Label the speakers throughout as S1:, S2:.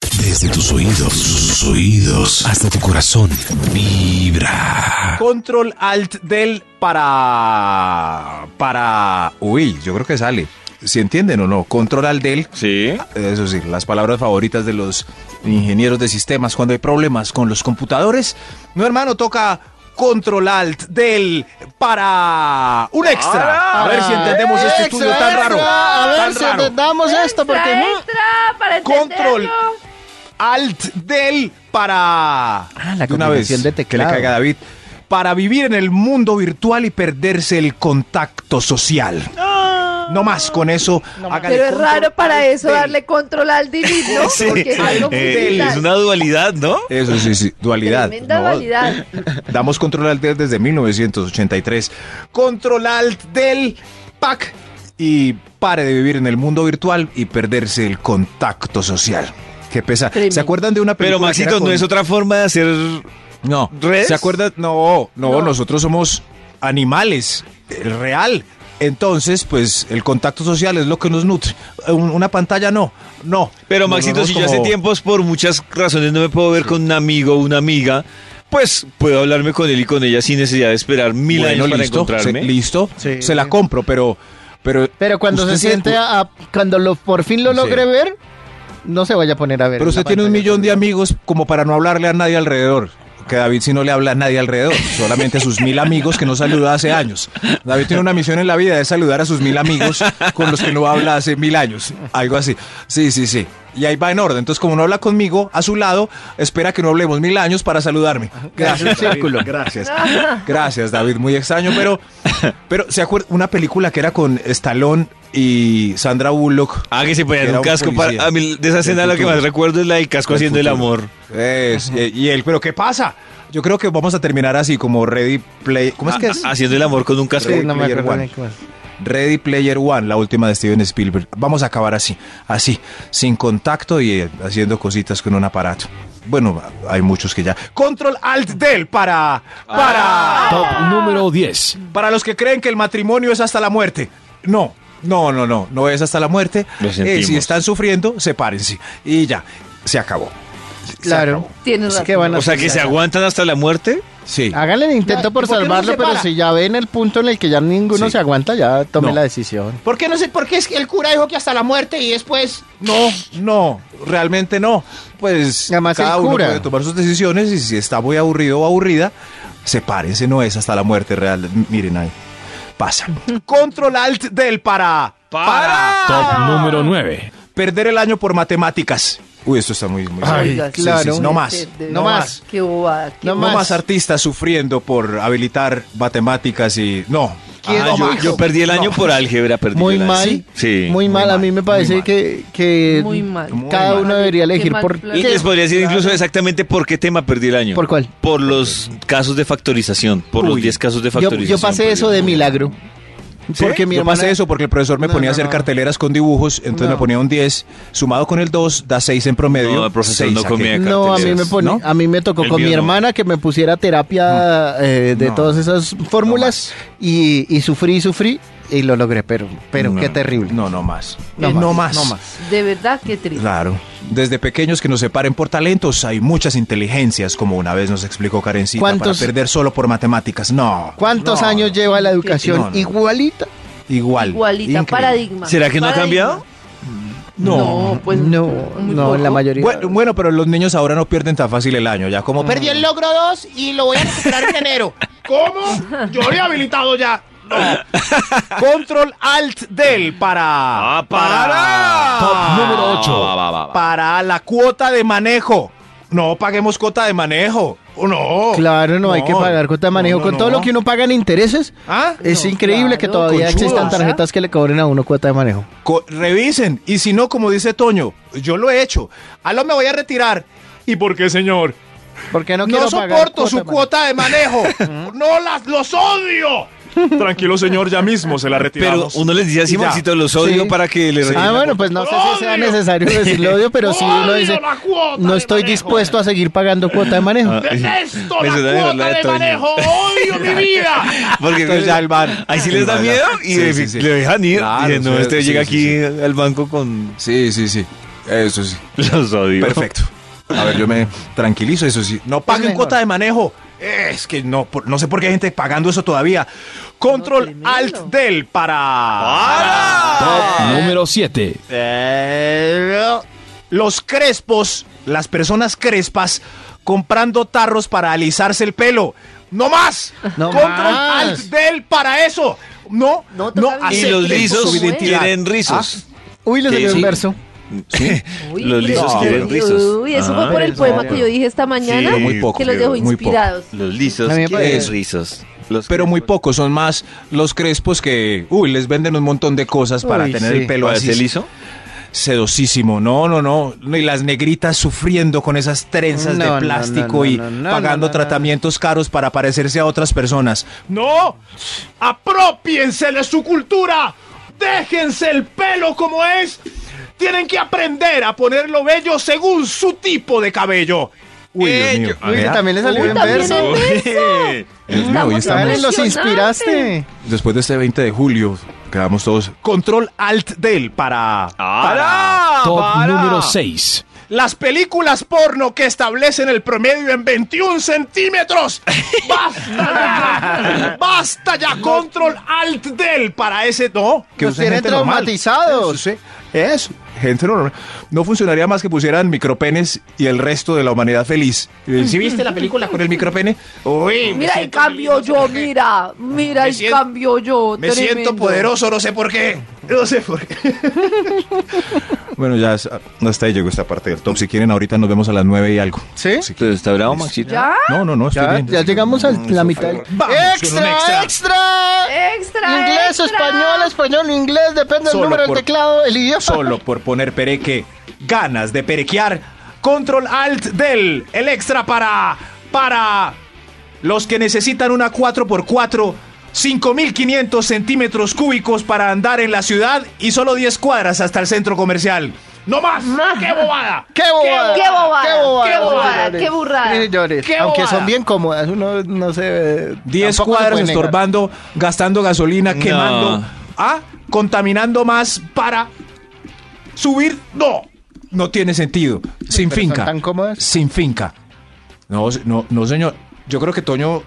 S1: Desde tus oídos, sus oídos, hasta tu corazón. Vibra.
S2: Control Alt del para. Para. Uy, yo creo que sale. Si entienden o no, control alt del.
S3: Sí.
S2: Eso sí, las palabras favoritas de los ingenieros de sistemas cuando hay problemas con los computadores. No, hermano, toca control alt del para un extra. A ver si entendemos este
S4: Extra,
S2: estudio tan raro.
S4: extra, A ver
S2: Tan
S4: si
S2: raro.
S4: entendamos
S5: Pues
S4: esto, porque
S5: extra,
S4: no.
S5: extra, para
S2: Control.
S5: entenderlo.
S2: Alt del para.
S6: Ah, la
S2: De una vez,
S6: combinación de
S2: Que le
S6: teclado.
S2: caiga a David. Para vivir en el mundo virtual y perderse el contacto social. No más con eso. hágale
S5: Ah. Pero es
S2: control
S5: raro para
S2: alt
S5: eso
S2: del.
S5: darle control al delete, ¿no?
S3: Sí.
S5: Porque es algo
S3: Eh,
S5: digital.
S3: es una dualidad, ¿no?
S2: Eso sí, sí, dualidad.
S5: Tremenda
S2: No,
S5: dualidad.
S2: Damos control alt del desde 1983. Control alt del pack. Y pare de vivir en el mundo virtual y perderse el contacto social. Qué pesa. ¿Se
S5: Tremendo.
S2: acuerdan de una película?
S3: Pero
S2: que era
S3: Maxito, ¿no
S2: con-
S3: es otra forma de hacer
S2: No.
S3: ¿Redes?
S2: ¿Se acuerdan? No, no,
S5: No.
S2: nosotros somos animales, el real. Entonces, pues el contacto social es lo que nos nutre. Eh, Un- Una pantalla no, no.
S3: Pero
S2: Nos
S3: Maxito,
S2: vemos
S3: si yo hace
S2: como-
S3: tiempos por muchas razones no me puedo ver con un amigo o una amiga, pues puedo hablarme con él y con ella sin necesidad de esperar mil
S2: Bueno,
S3: años para
S2: listo,
S3: encontrarme.
S2: se- listo,
S4: Sí.
S2: se la compro, pero... Pero,
S4: Pero cuando se
S2: usted
S4: siente a, a- cuando lo por fin lo
S2: Sí.
S4: logre ver, no se vaya a poner a ver.
S2: Pero
S4: en la
S2: usted tiene un
S4: pantalla.
S2: millón de amigos como para no hablarle a nadie alrededor. Que David si no le habla a nadie alrededor, solamente a sus mil amigos que no saluda hace años. David tiene una misión en la vida, es saludar a sus mil amigos con los que no habla hace mil años. Algo así. Sí, sí, sí. Y ahí va en orden. Entonces, como no habla conmigo, a su lado, espera que no hablemos mil años para saludarme. Gracias, círculo. Gracias. Gracias, David. Muy extraño, pero, pero ¿se acuerda? Una película que era con Stallone y Sandra Bullock.
S3: Ah, que se
S2: Que
S3: ponían
S2: era
S3: un
S2: un
S3: casco
S2: policía.
S3: para... A mí de esa
S2: Del
S3: escena lo que
S2: futuro.
S3: más recuerdo es la del casco
S2: Del
S3: haciendo el
S2: futuro.
S3: amor.
S2: Es, eh, y él, pero ¿qué pasa? Yo creo que vamos a terminar así, como Ready Play. ¿Cómo es que
S3: Ah,
S2: es?
S3: Haciendo el amor con un casco.
S4: Sí, no me
S2: Player
S4: acuerdo
S2: One.
S4: bien cómo es.
S2: Ready Player One, la última de Steven Spielberg. Vamos a acabar así, así, sin contacto y eh, haciendo cositas con un aparato. Bueno, hay muchos que ya. Control Alt Del para.
S3: Ah.
S2: Para.
S1: Top número 10.
S2: Para los que creen que el matrimonio es hasta la muerte. No, no, no, no, no es hasta la muerte.
S3: Lo
S2: Eh,
S3: sentimos.
S2: si están sufriendo, sepárense. Y ya, se acabó. Se
S4: Claro.
S2: acabó.
S5: Tienes razón.
S4: ¿Qué van a
S3: O sea,
S4: hacer?
S3: que se aguantan hasta la muerte.
S2: Sí.
S1: Ah,
S4: Hagan el intento por
S2: ¿Por qué no se
S4: salvarlo, pero
S2: separa?
S4: si ya ven el punto en el que ya ninguno
S2: Sí.
S4: se aguanta, ya tome
S2: No.
S4: la decisión.
S2: ¿Por qué no sé? ¿Por qué es que el cura dijo que hasta la muerte y después? No, no, realmente no. Pues
S4: Además,
S2: cada
S4: el
S2: uno
S4: cura.
S2: puede tomar sus decisiones y si está muy aburrido o aburrida, sepárense, no es hasta la muerte real. M- Miren ahí. Pasa. Control Alt del para.
S3: Para.
S1: Top número 9.
S2: Perder el año por matemáticas. Uy, esto está muy, muy
S4: Ay,
S2: serio.
S4: claro.
S2: no más.
S5: este De- de-
S4: No más.
S5: Qué bobada. qué
S4: No
S2: No
S5: bobada.
S2: más.
S4: más.
S2: artistas sufriendo por habilitar matemáticas y. No.
S4: ¿Quién
S3: Ah,
S2: no
S3: yo,
S2: más.
S3: yo perdí el año
S2: No.
S3: por álgebra. Perdí
S4: Muy
S3: el año.
S4: mal,
S3: Sí.
S4: muy mal. A mí
S2: muy
S4: me parece
S2: mal.
S4: que, que
S5: Muy mal.
S4: cada
S2: Muy
S4: uno
S5: mal.
S4: debería
S5: Qué
S4: elegir
S5: mal
S4: por
S5: plan.
S3: Y les podría decir incluso exactamente por qué tema perdí el año.
S4: ¿Por cuál?
S3: Por los casos de factorización, por los
S2: Uy,
S3: 10 casos de
S4: Yo, yo
S3: factorización.
S4: pasé
S3: perdí
S4: eso
S3: el
S4: de
S3: año.
S4: milagro. Porque mi
S2: yo
S4: hermana
S2: pasé eso porque el profesor me
S4: No,
S2: ponía a
S4: no,
S2: hacer
S4: no.
S2: carteleras con dibujos, entonces me
S4: No.
S2: ponía un 10, sumado con el 2, da 6 en promedio.
S3: No, el profesor
S2: seis
S3: no
S2: saqué.
S3: comía
S4: No, a mí me,
S3: carteleras.
S4: pone-
S2: ¿No?
S4: a mí me tocó
S3: El
S4: con
S3: mío
S4: mi
S3: no.
S4: hermana que me pusiera terapia eh, de
S2: No.
S4: todas esas fórmulas y, y sufrí, sufrí y lo logré, pero, pero
S2: No,
S4: qué
S2: no,
S4: terrible.
S2: No, no más.
S4: No
S2: Eh,
S4: más,
S2: No más.
S4: no más.
S5: De verdad, qué triste.
S2: Claro. Desde pequeños que nos separen por talentos, hay muchas inteligencias, como una vez nos explicó Karencita,
S4: ¿Cuántos-
S2: para perder solo por matemáticas. No.
S4: ¿Cuántos
S2: no,
S4: años lleva la educación
S2: No, no.
S4: igualita?
S2: Igual.
S5: Igualita,
S2: Increíble.
S5: paradigma.
S3: ¿Será que no ha
S5: Paradigma.
S3: cambiado?
S2: No.
S5: No, pues
S4: no,
S5: muy
S4: no,
S5: poco.
S4: la mayoría.
S2: Bueno, bueno, pero los niños ahora no pierden tan fácil el año, ya
S4: Mm.
S2: como
S7: Perdí el logro 2 y lo voy a recuperar en enero. ¿Cómo? Yo lo he habilitado ya.
S2: Control Alt Del para.
S3: Ah, para.
S1: Top número
S3: Va,
S1: 8.
S3: va, va, va.
S2: para la cuota de manejo. No paguemos cuota de manejo. Oh, No.
S4: claro, no, hay que pagar cuota de manejo.
S2: No, no,
S4: con todo
S2: no.
S4: lo que uno paga en intereses,
S2: ¿Ah?
S4: es
S5: No,
S4: increíble que
S5: claro,
S4: todavía
S2: conchudo,
S4: existan
S5: ¿verdad?
S4: tarjetas que le cobren a uno cuota de manejo.
S2: Co- revisen. Y si no, como dice Toño, yo lo he hecho. Aló, me voy a retirar. ¿Y por qué, señor?
S4: Porque no,
S2: No,
S4: quiero pagar
S2: soporto su
S4: de manejo.
S2: cuota de manejo. no las, los odio. Tranquilo, señor, ya mismo se la
S3: Pero uno les dice así,
S2: Y ya.
S3: Maxito, los odio
S4: Sí.
S3: para que le
S2: Sí.
S3: retiren
S4: Ah,
S3: la
S4: bueno, pues
S3: cuota.
S4: no sé si sea necesario decirlo odio, pero si uno dice, no estoy dispuesto a seguir pagando cuota
S2: Ah,
S4: de manejo.
S7: Detesto
S3: Ah, Me
S7: la
S3: suena de
S7: cuota
S3: verdad de
S7: de
S3: Toño.
S7: manejo. Odio mi vida.
S3: Porque
S2: Entonces ya el van.
S3: Ahí sí
S2: El
S3: les da
S2: van,
S3: miedo
S2: ya.
S3: y
S2: Sí,
S3: le,
S2: sí, sí.
S3: le dejan ir.
S2: Claro,
S3: Dicen,
S2: sí,
S3: no, este
S2: sí,
S3: llega
S2: sí,
S3: aquí al banco con
S2: Sí, sí, sí. Eso sí.
S3: los odios.
S2: Perfecto. A ver, yo me tranquilizo, eso sí. No paguen
S4: mejor.
S2: cuota de manejo. Es que no, por- no sé por qué hay gente pagando eso todavía. Control
S5: tremendo.
S2: Alt Del para.
S1: Número 7.
S2: Eh, Los crespos, las personas crespas, comprando tarros para alisarse el pelo. ¡No más!
S4: No
S2: Control
S4: más.
S2: Alt Del para eso. No, no,
S5: No, todavía
S3: Y
S5: Sí,
S3: los
S5: creo que
S3: lisos
S5: su identidad.
S3: tienen rizos.
S2: Ah,
S4: Uy, le
S3: ¿Qué
S4: salió un
S3: hizo?
S4: verso.
S5: Uy,
S3: los
S5: pero-
S3: lisos quieren
S5: uy,
S3: rizos.
S5: Uy, eso
S3: Ah.
S5: fue por el
S4: Pero
S5: poema
S4: no.
S5: que yo dije esta mañana.
S2: Sí, muy poco,
S5: Que los dejó
S2: muy poco.
S5: inspirados.
S3: Los lisos
S4: A mí me
S3: quieren
S4: parece-
S3: rizos. Los
S2: Pero
S3: que-
S2: muy pocos, son más los crespos que, uy, les venden un montón de cosas para
S4: Uy,
S2: tener
S4: sí.
S2: el pelo
S3: ¿Para
S2: así
S3: ser liso?
S2: sedosísimo. No, no, no. Y las negritas sufriendo con esas trenzas
S4: No, no,
S2: de plástico
S4: no,
S2: y
S4: no, no,
S2: pagando
S4: no, no,
S2: tratamientos caros para parecerse a otras personas.
S7: ¡No! ¡Apropiense de su cultura! ¡Déjense el pelo como es! Tienen que aprender a ponerlo bello según su tipo de cabello.
S2: Uy, Dios mío.
S4: Uy,
S2: Vea,
S4: también le salió
S5: Uy,
S4: un
S5: también
S4: verso.
S5: el
S2: Dios mío, hoy
S5: Estamos
S2: estamos.
S4: Karen, los
S5: Impresionante.
S4: inspiraste.
S2: Después de este 20 de julio, quedamos todos. Control Alt Del para.
S3: ¡Para!
S1: Top
S3: ¡Para!
S1: número 6.
S7: Las películas porno que establecen el promedio en 21 centímetros. ¡Basta ya! ¡Basta ya! Control Alt Del para ese. No.
S2: que
S4: Los
S2: usen
S4: tienen
S2: gente normal.
S4: traumatizados.
S2: Eso, sí. Eso, gente normal. No funcionaría más que pusieran micropenes y el resto de la humanidad feliz. ¿Sí viste la película con el micropene?
S7: Uy, me
S5: Mira, y
S7: siento
S5: cambio
S7: lindo,
S5: yo,
S7: no sé por qué.
S5: mira. Mira,
S7: Me
S5: y
S7: siento-
S5: cambio yo.
S7: Me siento
S5: tremendo.
S7: poderoso, no sé por qué. No sé por qué.
S2: Bueno, ya es- hasta ahí llegó esta parte del top. Si quieren, ahorita nos vemos a las 9 y algo.
S4: ¿Sí?
S3: Pero está bravo, Maxito.
S5: ¿Ya?
S7: Ah.
S2: No, no, no, estoy
S4: Ya,
S2: bien.
S4: ya llegamos a la mitad.
S2: Vamos, con un extra.
S4: extra, extra.
S5: Extra.
S4: Inglés,
S5: extra.
S4: español, español, inglés, depende del
S2: Solo
S4: número del
S2: por-
S4: teclado, el idioma.
S2: Solo por poner pereque, ganas de perequear. Control Alt Del, el extra para. para. los que necesitan una 4x4, 5500 centímetros cúbicos para andar en la ciudad y solo 10 cuadras hasta el centro comercial.
S7: ¡No más! ¡Qué bobada!
S4: ¡Qué bobada!
S5: ¡Qué bobada!
S4: ¡Qué bobada!
S5: ¡Qué bobada!
S4: señores!
S5: ¡Qué burrada!
S4: Sí, señores.
S7: ¡Qué
S4: Aunque
S7: bobada!
S4: son bien cómodas, uno no se...
S2: 10
S4: tampoco se
S2: cuadras
S4: puede negar.
S2: estorbando, gastando gasolina,
S3: No.
S2: quemando. Ah, contaminando más para subir. No, no tiene sentido. Sin
S4: pero
S2: finca.
S4: son tan cómodas.
S2: Sin finca. No, se- no, no, señor. Yo creo que Toño.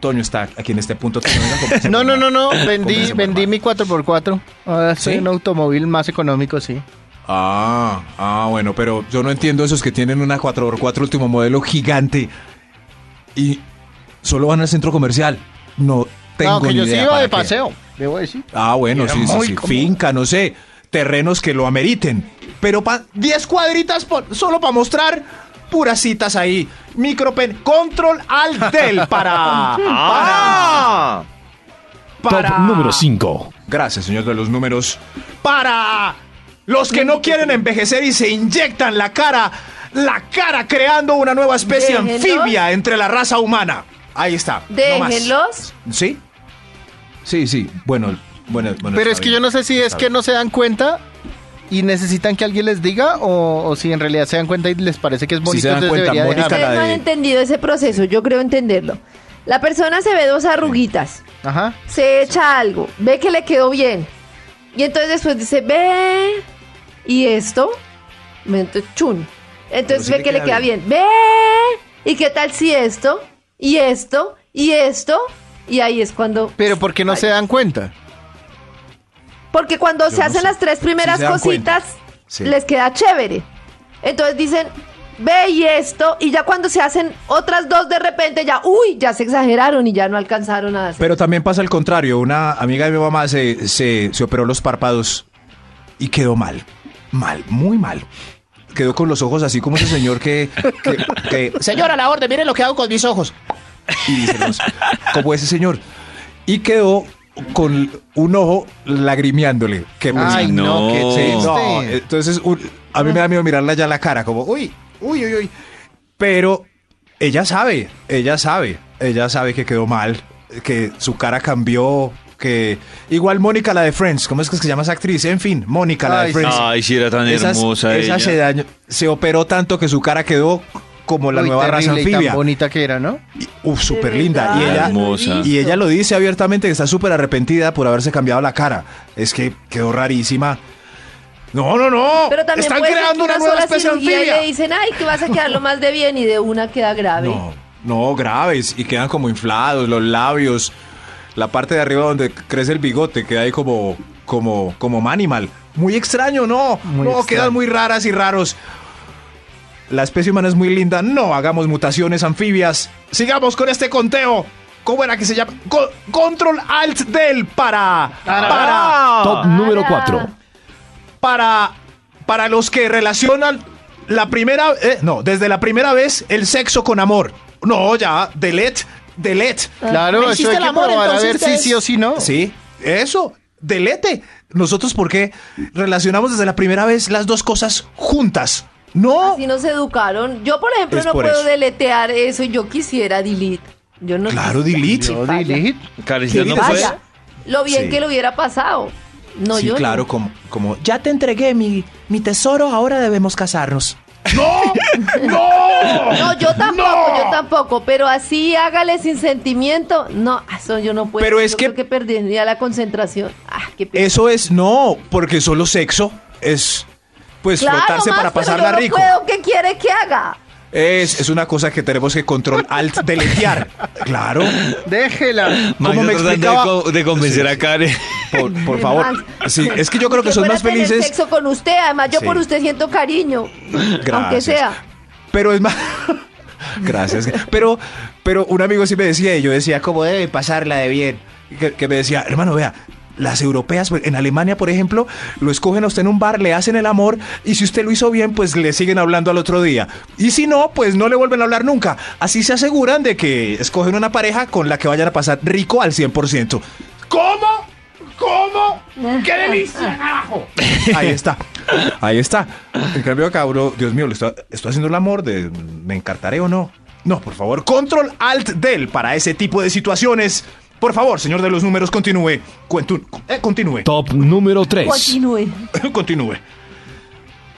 S2: Toño está aquí en este punto. Toño, venga, conversemos,
S4: No, no, no, no,
S2: hermano.
S4: vendí,
S2: Conversemos,
S4: vendí mi 4x4. Ahora Ah, estoy
S2: ¿Sí?
S4: en un automóvil más económico, sí.
S2: Ah, ah, bueno, pero yo no entiendo esos que tienen una 4x4 último modelo gigante y solo van al centro comercial. No tengo
S4: Aunque
S2: ni
S4: yo
S2: idea
S4: sí iba
S2: para
S4: de
S2: qué.
S4: paseo, debo decir.
S2: Ah, bueno, sí, sí,
S4: muy
S2: sí,
S4: cómodo.
S2: finca, no sé, terrenos que lo ameriten. Pero pa 10 cuadritas po- solo para mostrar puras citas ahí. Micropen, control alt del para,
S3: ¡Ah!
S2: para.
S1: Top número 5.
S2: Gracias, señor de los números. Para los que no quieren envejecer y se inyectan la cara, la cara creando una nueva especie
S5: Déjenlos.
S2: anfibia entre la raza humana. Ahí está. no más.
S5: Déjenlos.
S2: ¿Sí? Sí, sí. Bueno, bueno, bueno.
S4: Pero
S2: está
S4: es que
S2: bien,
S4: yo no sé si es
S2: está
S4: que
S2: bien.
S4: no se dan cuenta y necesitan que alguien les diga o, o si en realidad se dan cuenta y les parece que es bonito,
S2: se dan
S4: entonces
S2: cuenta,
S4: debería
S2: Mónica,
S4: dejarlo.
S2: la
S5: Ustedes no han
S2: de-
S5: entendido ese proceso, yo creo entenderlo. La persona se ve dos arruguitas,
S4: Ajá.
S5: se echa algo, ve que le quedó bien. Y entonces después dice, ve, y esto, entonces, chun. Entonces
S2: sí
S5: ve
S2: le
S5: que le
S2: queda
S5: queda bien. ve, y qué tal si esto, y esto, y esto, y ahí es cuando...
S4: Pero ¿por qué no
S5: Ay.
S4: se dan cuenta?
S5: Porque cuando se
S2: no
S5: hacen
S2: sé.
S5: las tres primeras
S2: Sí se dan
S5: cositas,
S2: cuenta. Sí.
S5: les queda chévere. Entonces dicen, ve y esto, y ya cuando se hacen otras dos de repente, ya, uy, ya se exageraron y ya no alcanzaron a hacer.
S2: Pero también pasa el contrario. Una amiga de mi mamá se, se, se operó los párpados y quedó mal. Mal, muy mal. Quedó con los ojos así como ese señor que. que- que-
S7: Señora, la orden, miren lo que hago con mis ojos.
S2: y dice, "No sé", como ese señor. Y quedó con un ojo lagrimeándole. pues, Qué
S4: Ay,
S2: pesar.
S4: no,
S3: no.
S4: qué
S2: Sí,
S4: triste.
S2: no, eh, entonces un- a mí me da miedo mirarla ya la cara, como, uy, uy, uy, uy. Pero ella sabe, ella sabe, ella sabe que quedó mal, que su cara cambió, que... Igual Mónica, la de Friends, ¿cómo es que se llama esa actriz? En fin, Mónica, la
S4: Ay,
S2: de
S4: sí.
S2: Friends.
S3: Ay, sí, era tan
S2: Esas-
S3: hermosa
S2: esa
S3: ella.
S2: se dañó, se operó tanto que su cara quedó como la
S4: Uy,
S2: nueva raza
S4: terrible y tan
S2: anfibia.
S4: bonita que era, ¿no?
S2: Y- Uf, súper linda. Y
S5: verdad,
S2: ella,
S3: Hermosa.
S2: y ella lo dice abiertamente que está súper arrepentida por haberse cambiado la cara. Es que quedó rarísima.
S7: No, no, no.
S5: Pero también
S7: Están
S5: puede ser
S7: creando
S5: que
S7: una,
S5: una,
S7: nueva
S5: sola
S7: especie
S5: cirugía y
S7: anfibia.
S5: le dicen, ay, que vas a quedar lo más de bien y de una queda grave.
S2: No, no, graves y quedan como inflados, los labios, la parte de arriba donde crece el bigote, queda ahí como, como, como manimal. Muy extraño, no, no, quedan muy raras y raros. La especie humana es muy linda, no hagamos mutaciones anfibias.
S7: Sigamos con este conteo. ¿Cómo era que se llama? Co- control Alt Del para. Para.
S6: Top número 4.
S7: Para. Para los que relacionan la primera. eh, no, desde la primera vez el sexo con amor. No, ya. Delete. Delete.
S4: Claro, eso hay que probar a ver si sí o si no.
S2: Sí, eso, delete. Nosotros, ¿por qué relacionamos desde la primera vez las dos cosas juntas? No,
S5: Si nos educaron. Yo, por ejemplo,
S2: Es
S5: no
S2: por
S5: puedo
S2: eso.
S5: deletear eso. Yo quisiera delete. Yo no
S2: Claro,
S5: quisiera.
S2: delete.
S5: Sí,
S4: Yo
S5: vaya.
S4: delete.
S3: Karencita
S5: Sí,
S3: no fue.
S5: vaya. Lo bien
S2: Sí.
S5: que lo hubiera pasado. No,
S2: sí,
S5: yo no.
S2: claro, como, como
S8: Ya te entregué mi, mi tesoro, ahora debemos casarnos.
S5: No, yo tampoco, yo tampoco. Pero así hágale sin sentimiento. No, ah, eso yo no puedo.
S2: Pero es
S5: Yo
S2: que-
S5: creo que perdería la concentración. Ah, qué pena.
S2: Eso es no, porque solo sexo es pues
S5: Claro,
S2: frotarse
S5: Max,
S2: para
S5: pero
S2: pasarla
S5: yo no
S2: rico.
S5: puedo. ¿Qué quiere que haga?
S2: Es, es una cosa que tenemos que control alt deletear. Claro.
S4: Déjela.
S3: Max
S2: Como me
S3: está tratando de
S2: explicaba-
S3: co- de convencer a Karen.
S2: Por, por
S5: De
S2: favor.
S5: más.
S2: Sí, es que yo creo que son
S5: fuera
S2: más
S5: a tener
S2: felices.
S5: sexo con usted. Además, yo
S2: Sí.
S5: por usted siento cariño. Aunque
S2: Gracias.
S5: sea.
S2: Pero es más. Gracias. Pero, pero un amigo sí me decía, y yo decía, ¿cómo debe pasarla de bien? Que, que me decía, hermano, vea, las europeas, pues, en Alemania, por ejemplo, lo escogen a usted en un bar, le hacen el amor, y si usted lo hizo bien, pues le siguen hablando al otro día. Y si no, pues no le vuelven a hablar nunca. Así se aseguran de que escogen una pareja con la que vayan a pasar rico al 100%.
S7: ¿Cómo? ¿Cómo? ¡Qué delicia, carajo!
S2: Ahí está. Ahí está. En cambio acá uno, Dios mío, le estoy, estoy haciendo el amor de me encartaré o no. No, por favor, control alt del para ese tipo de situaciones. Por favor, señor de los números, continúe. Cuentu- eh, continúe.
S6: Top número 3.
S5: Continúe.
S2: continúe.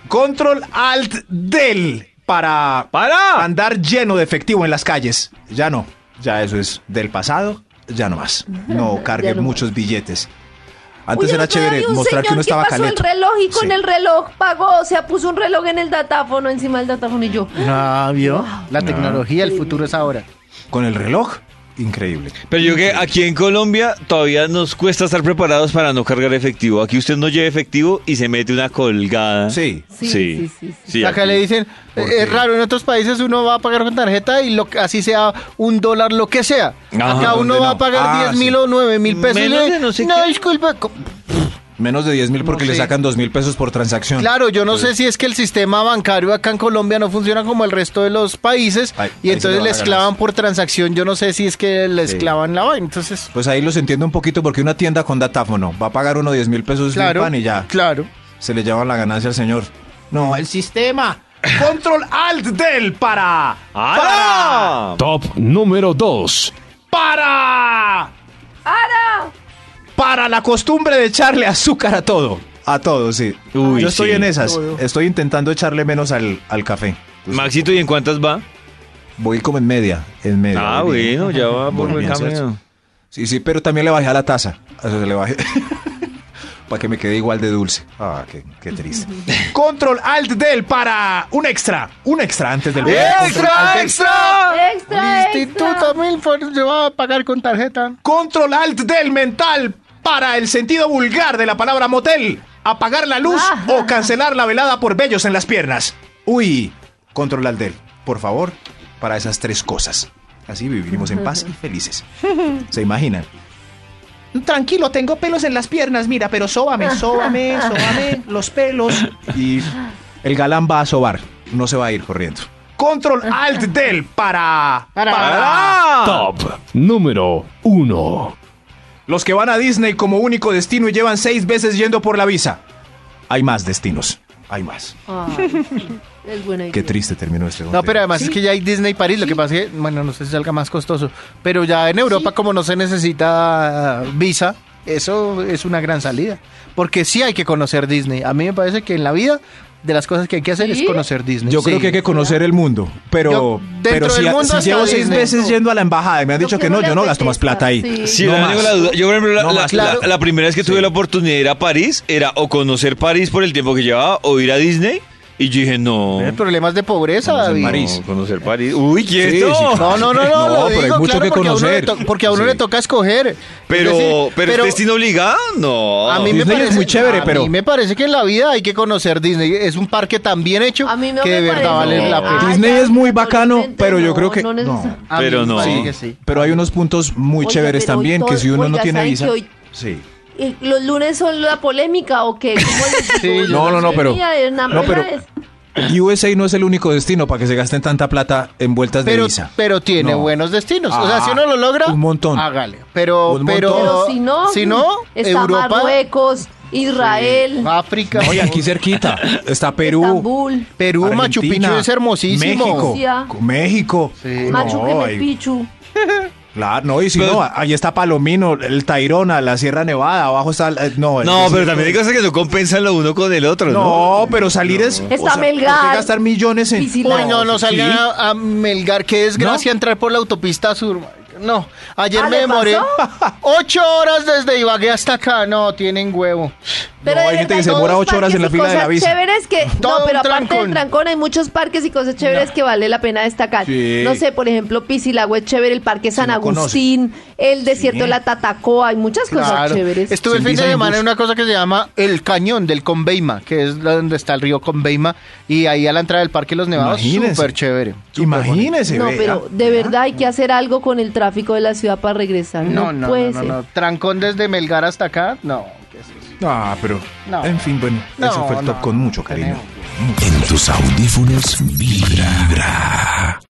S2: Control alt del para
S3: ¡Para!
S2: andar lleno de efectivo en las calles. Ya no. Ya eso es del pasado. Ya no más. No carguen
S5: no más.
S2: muchos billetes. Antes
S5: Uy, el
S2: era
S5: otro día
S2: chévere
S5: vi un
S2: mostrar que
S5: señor
S2: uno estaba
S5: pasó
S2: caliente.
S5: el reloj y con
S2: Sí.
S5: el reloj pagó, o sea, puso un reloj en el datáfono, encima del datáfono y yo.
S4: No, vio. La tecnología, el futuro es ahora.
S2: con el reloj. Increíble.
S3: Pero yo que aquí en Colombia todavía nos cuesta estar preparados para no cargar efectivo. Aquí usted no lleva efectivo y se mete una colgada.
S2: Sí.
S5: Sí, sí, sí, sí.
S3: Sí,
S4: Acá
S3: aquí.
S4: le dicen, eh, es raro, en otros países uno va a pagar con tarjeta y lo, que- así sea un dólar, lo que sea.
S3: Ajá.
S4: Acá uno
S2: ¿Dónde
S4: va
S2: no?
S4: a pagar
S2: Ah,
S4: 10 mil
S2: sí.
S4: o 9 mil pesos. y
S3: Menos
S4: le-
S3: de no sé
S4: no,
S3: qué".
S4: disculpe. co-
S2: Menos de 10 mil porque
S4: No
S2: le
S4: sé.
S2: sacan 2 mil pesos por transacción.
S4: Claro,
S2: pues.
S4: yo no sé si es que el sistema bancario acá en Colombia no funciona como el resto de los países
S2: Ay, ahí sí
S4: y
S2: le
S4: entonces
S2: van a
S4: les
S2: ganar.
S4: clavan por transacción. Yo no sé si es que les
S2: Sí.
S4: clavan la vaina. Entonces,
S2: Pues ahí los entiendo un poquito porque una tienda con datáfono va a pagar uno 10 mil pesos de
S4: claro.
S2: pan y ya
S4: Claro.
S2: se le llevan la ganancia al señor. No, el sistema.
S7: Control Alt Del para.
S3: ¡Para!
S6: Top número 2.
S7: ¡Para!
S5: ¡Ara!
S2: Para la costumbre de echarle azúcar a todo. A todo, sí.
S3: Uy,
S2: Yo estoy
S3: sí.
S2: en esas.
S4: Todo.
S2: Estoy intentando echarle menos al, al café.
S3: Maxito, ¿y en cuántas va?
S2: Voy como en media. En media.
S3: Ah,
S2: Voy bien.
S3: bueno, ya va por
S2: Muy
S3: buen
S2: bien,
S3: camino.
S2: ¿cierto? Ah, pues, Sí, sí, pero también le bajé a la taza. A eso se le bajé. Para que me quede igual de dulce. Ah, qué, qué triste.
S7: Control Alt Del para. Un extra.
S2: Un extra antes del
S3: ¡Extra, extra!
S5: ¡Extra, extra!
S4: Instituto Milford yo voy a pagar con tarjeta.
S7: Control Alt Del mental para el sentido vulgar de la palabra motel. Apagar la luz
S5: Ah.
S7: o cancelar la velada por vellos en las piernas.
S2: Uy, control al del, por favor, para esas tres cosas. Así viviremos en paz y felices. ¿Se imaginan?
S8: Tranquilo, tengo pelos en las piernas, mira, pero sóbame, sóbame, sóbame los pelos.
S2: Y el galán va a sobar, no se va a ir corriendo.
S7: Control Alt Del para.
S6: Top número 1.
S2: Los que van a Disney como único destino y llevan seis veces yendo por la visa. Hay más destinos, hay más.
S5: Ay, es buena idea.
S2: Qué triste terminó este
S4: No,
S2: conteo.
S4: pero además es que ya hay Disney París, lo que pasa es que, bueno, no sé si salga más costoso, pero ya en Europa como no se necesita visa, eso es una gran salida, porque sí hay que conocer Disney. A mí me parece que en la vida de las cosas que hay que hacer
S5: ¿Sí?
S4: es conocer Disney.
S2: Yo creo
S4: Sí.
S2: que hay que conocer el mundo,
S4: Yo,
S2: pero,
S4: dentro
S2: pero si,
S4: del mundo
S2: si
S4: hasta
S2: llevo seis
S4: Disney.
S2: meses yendo a la embajada y me han dicho que no, yo no gasto más plata ahí.
S3: Sí,
S2: No
S3: la,
S2: más.
S3: tengo la duda. Yo, por ejemplo, la,
S2: No
S3: la-
S2: más,
S3: la-
S2: claro.
S3: la primera vez que tuve la oportunidad de ir a París era o conocer París por el tiempo que llevaba o ir a Disney. Y yo dije, no.
S4: Hay Problemas de pobreza, David.
S2: París.
S3: no, conocer París. Uy, ¿qué
S2: Sí,
S3: es esto?
S2: sí,
S4: No, no, no, no.
S2: No,
S4: lo
S2: pero hay
S4: digo,
S2: mucho
S4: claro,
S2: que
S4: porque a uno le
S2: conocer.
S4: to- porque a uno
S2: Sí.
S4: le toca escoger.
S3: Pero,
S4: Es decir,
S3: pero, ¿es destino obligado? No.
S4: A mí me
S2: Disney es
S4: parece,
S2: muy chévere,
S4: a
S2: pero-
S4: mí me parece que en la vida hay que conocer Disney. Es un parque tan bien hecho
S5: A mí no
S4: que
S5: me
S4: de verdad
S5: parece.
S4: vale la
S5: Ay,
S4: pena.
S2: Disney
S5: ya,
S2: es muy
S5: no,
S2: bacano,
S5: obviamente
S2: pero yo
S5: no,
S2: creo que- no.
S5: no necesar-
S4: A mí
S3: Pero
S4: me
S3: no.
S4: parece
S2: Sí,
S4: que sí.
S2: pero hay unos puntos muy
S5: Oiga,
S2: chéveres
S5: pero hoy
S2: también que
S5: todo-
S2: si uno no
S5: oiga,
S2: tiene
S5: ¿saben
S2: visa...
S5: que hoy-
S2: Sí.
S5: ¿Y los lunes son la polémica o qué? ¿Cómo les-
S4: Sí,
S2: No, no, no, pero-
S5: Mira, es una
S2: no, pero-
S5: pena es-
S2: USA no es el único destino para que se gasten tanta plata en vueltas de
S4: Pero,
S2: visa.
S4: pero tiene
S2: No.
S4: buenos destinos. o
S2: Ah,
S4: sea, si uno lo logra,
S2: un montón.
S4: Hágale. Pero,
S2: Un
S4: pero,
S2: montón.
S5: Pero si no,
S4: si no,
S5: está
S4: Europa,
S5: Marruecos, Israel,
S4: África,
S2: No, y aquí cerquita está Perú.
S5: Estambul,
S4: Perú,
S2: Argentina,
S4: Machu Picchu es hermosísimo.
S2: México.
S5: Rusia.
S2: México.
S4: Sí.
S2: No,
S5: Machu
S2: y-
S5: Picchu.
S2: Claro, no, y si no, ahí está Palomino, el Tairona, la Sierra Nevada, abajo está. eh, No, el
S3: No,
S2: desierto.
S3: pero también hay cosas que no compensan lo uno con el otro, ¿no?
S2: No, pero salir es.
S5: Está
S2: ¿por qué
S5: Melgar.
S2: gastar millones en.
S5: Piscina.
S4: Uy, Pues no, no
S2: sí.
S4: salgan a, a Melgar, qué desgracia entrar por la autopista sur. No, ayer
S5: ¿Ah,
S4: me
S5: le
S4: demoré
S5: pasó?
S4: ocho horas desde Ibagué hasta acá. No, tienen huevo.
S5: Pero
S2: No, hay
S5: de
S2: gente que
S5: verdad,
S2: se demora
S5: todos
S2: ocho horas en la
S5: parques y
S2: fila de la
S5: cosas
S2: visa.
S5: Chéveres que, no,
S4: Todo un
S5: pero aparte
S4: trancón.
S5: del trancón hay muchos parques y cosas chéveres que vale la pena destacar.
S2: Sí.
S5: No sé, por ejemplo, Piscilagüe es chévere, el Parque San
S2: no conoce.
S5: Agustín, el desierto de la Tatacoa, hay muchas cosas
S4: Claro.
S5: chéveres.
S4: Estuve el
S2: Sin
S4: fin de
S2: visa ni
S4: semana
S2: bus.
S4: en una cosa que se llama el cañón del Conveima, que es la- donde está el río Conveima, y ahí a la entrada del Parque Los Nevados,
S2: Imagínense.
S4: súper chévere. súper
S2: Imagínese,
S5: No,
S2: vea. Ah,
S5: pero de verdad hay que hacer algo con el tráfico de la ciudad para regresar.
S4: bonito. No,
S5: No,
S4: no,
S5: puede
S4: no, no,
S5: ser.
S4: no. trancón desde Melgar hasta acá, no. ¿qué es eso?
S2: Ah, pero.
S4: No.
S2: En fin, bueno,
S4: No,
S2: eso fue el
S4: no,
S2: top con
S4: no,
S2: mucho cariño.
S4: tenemos.
S1: En tus audífonos vibra.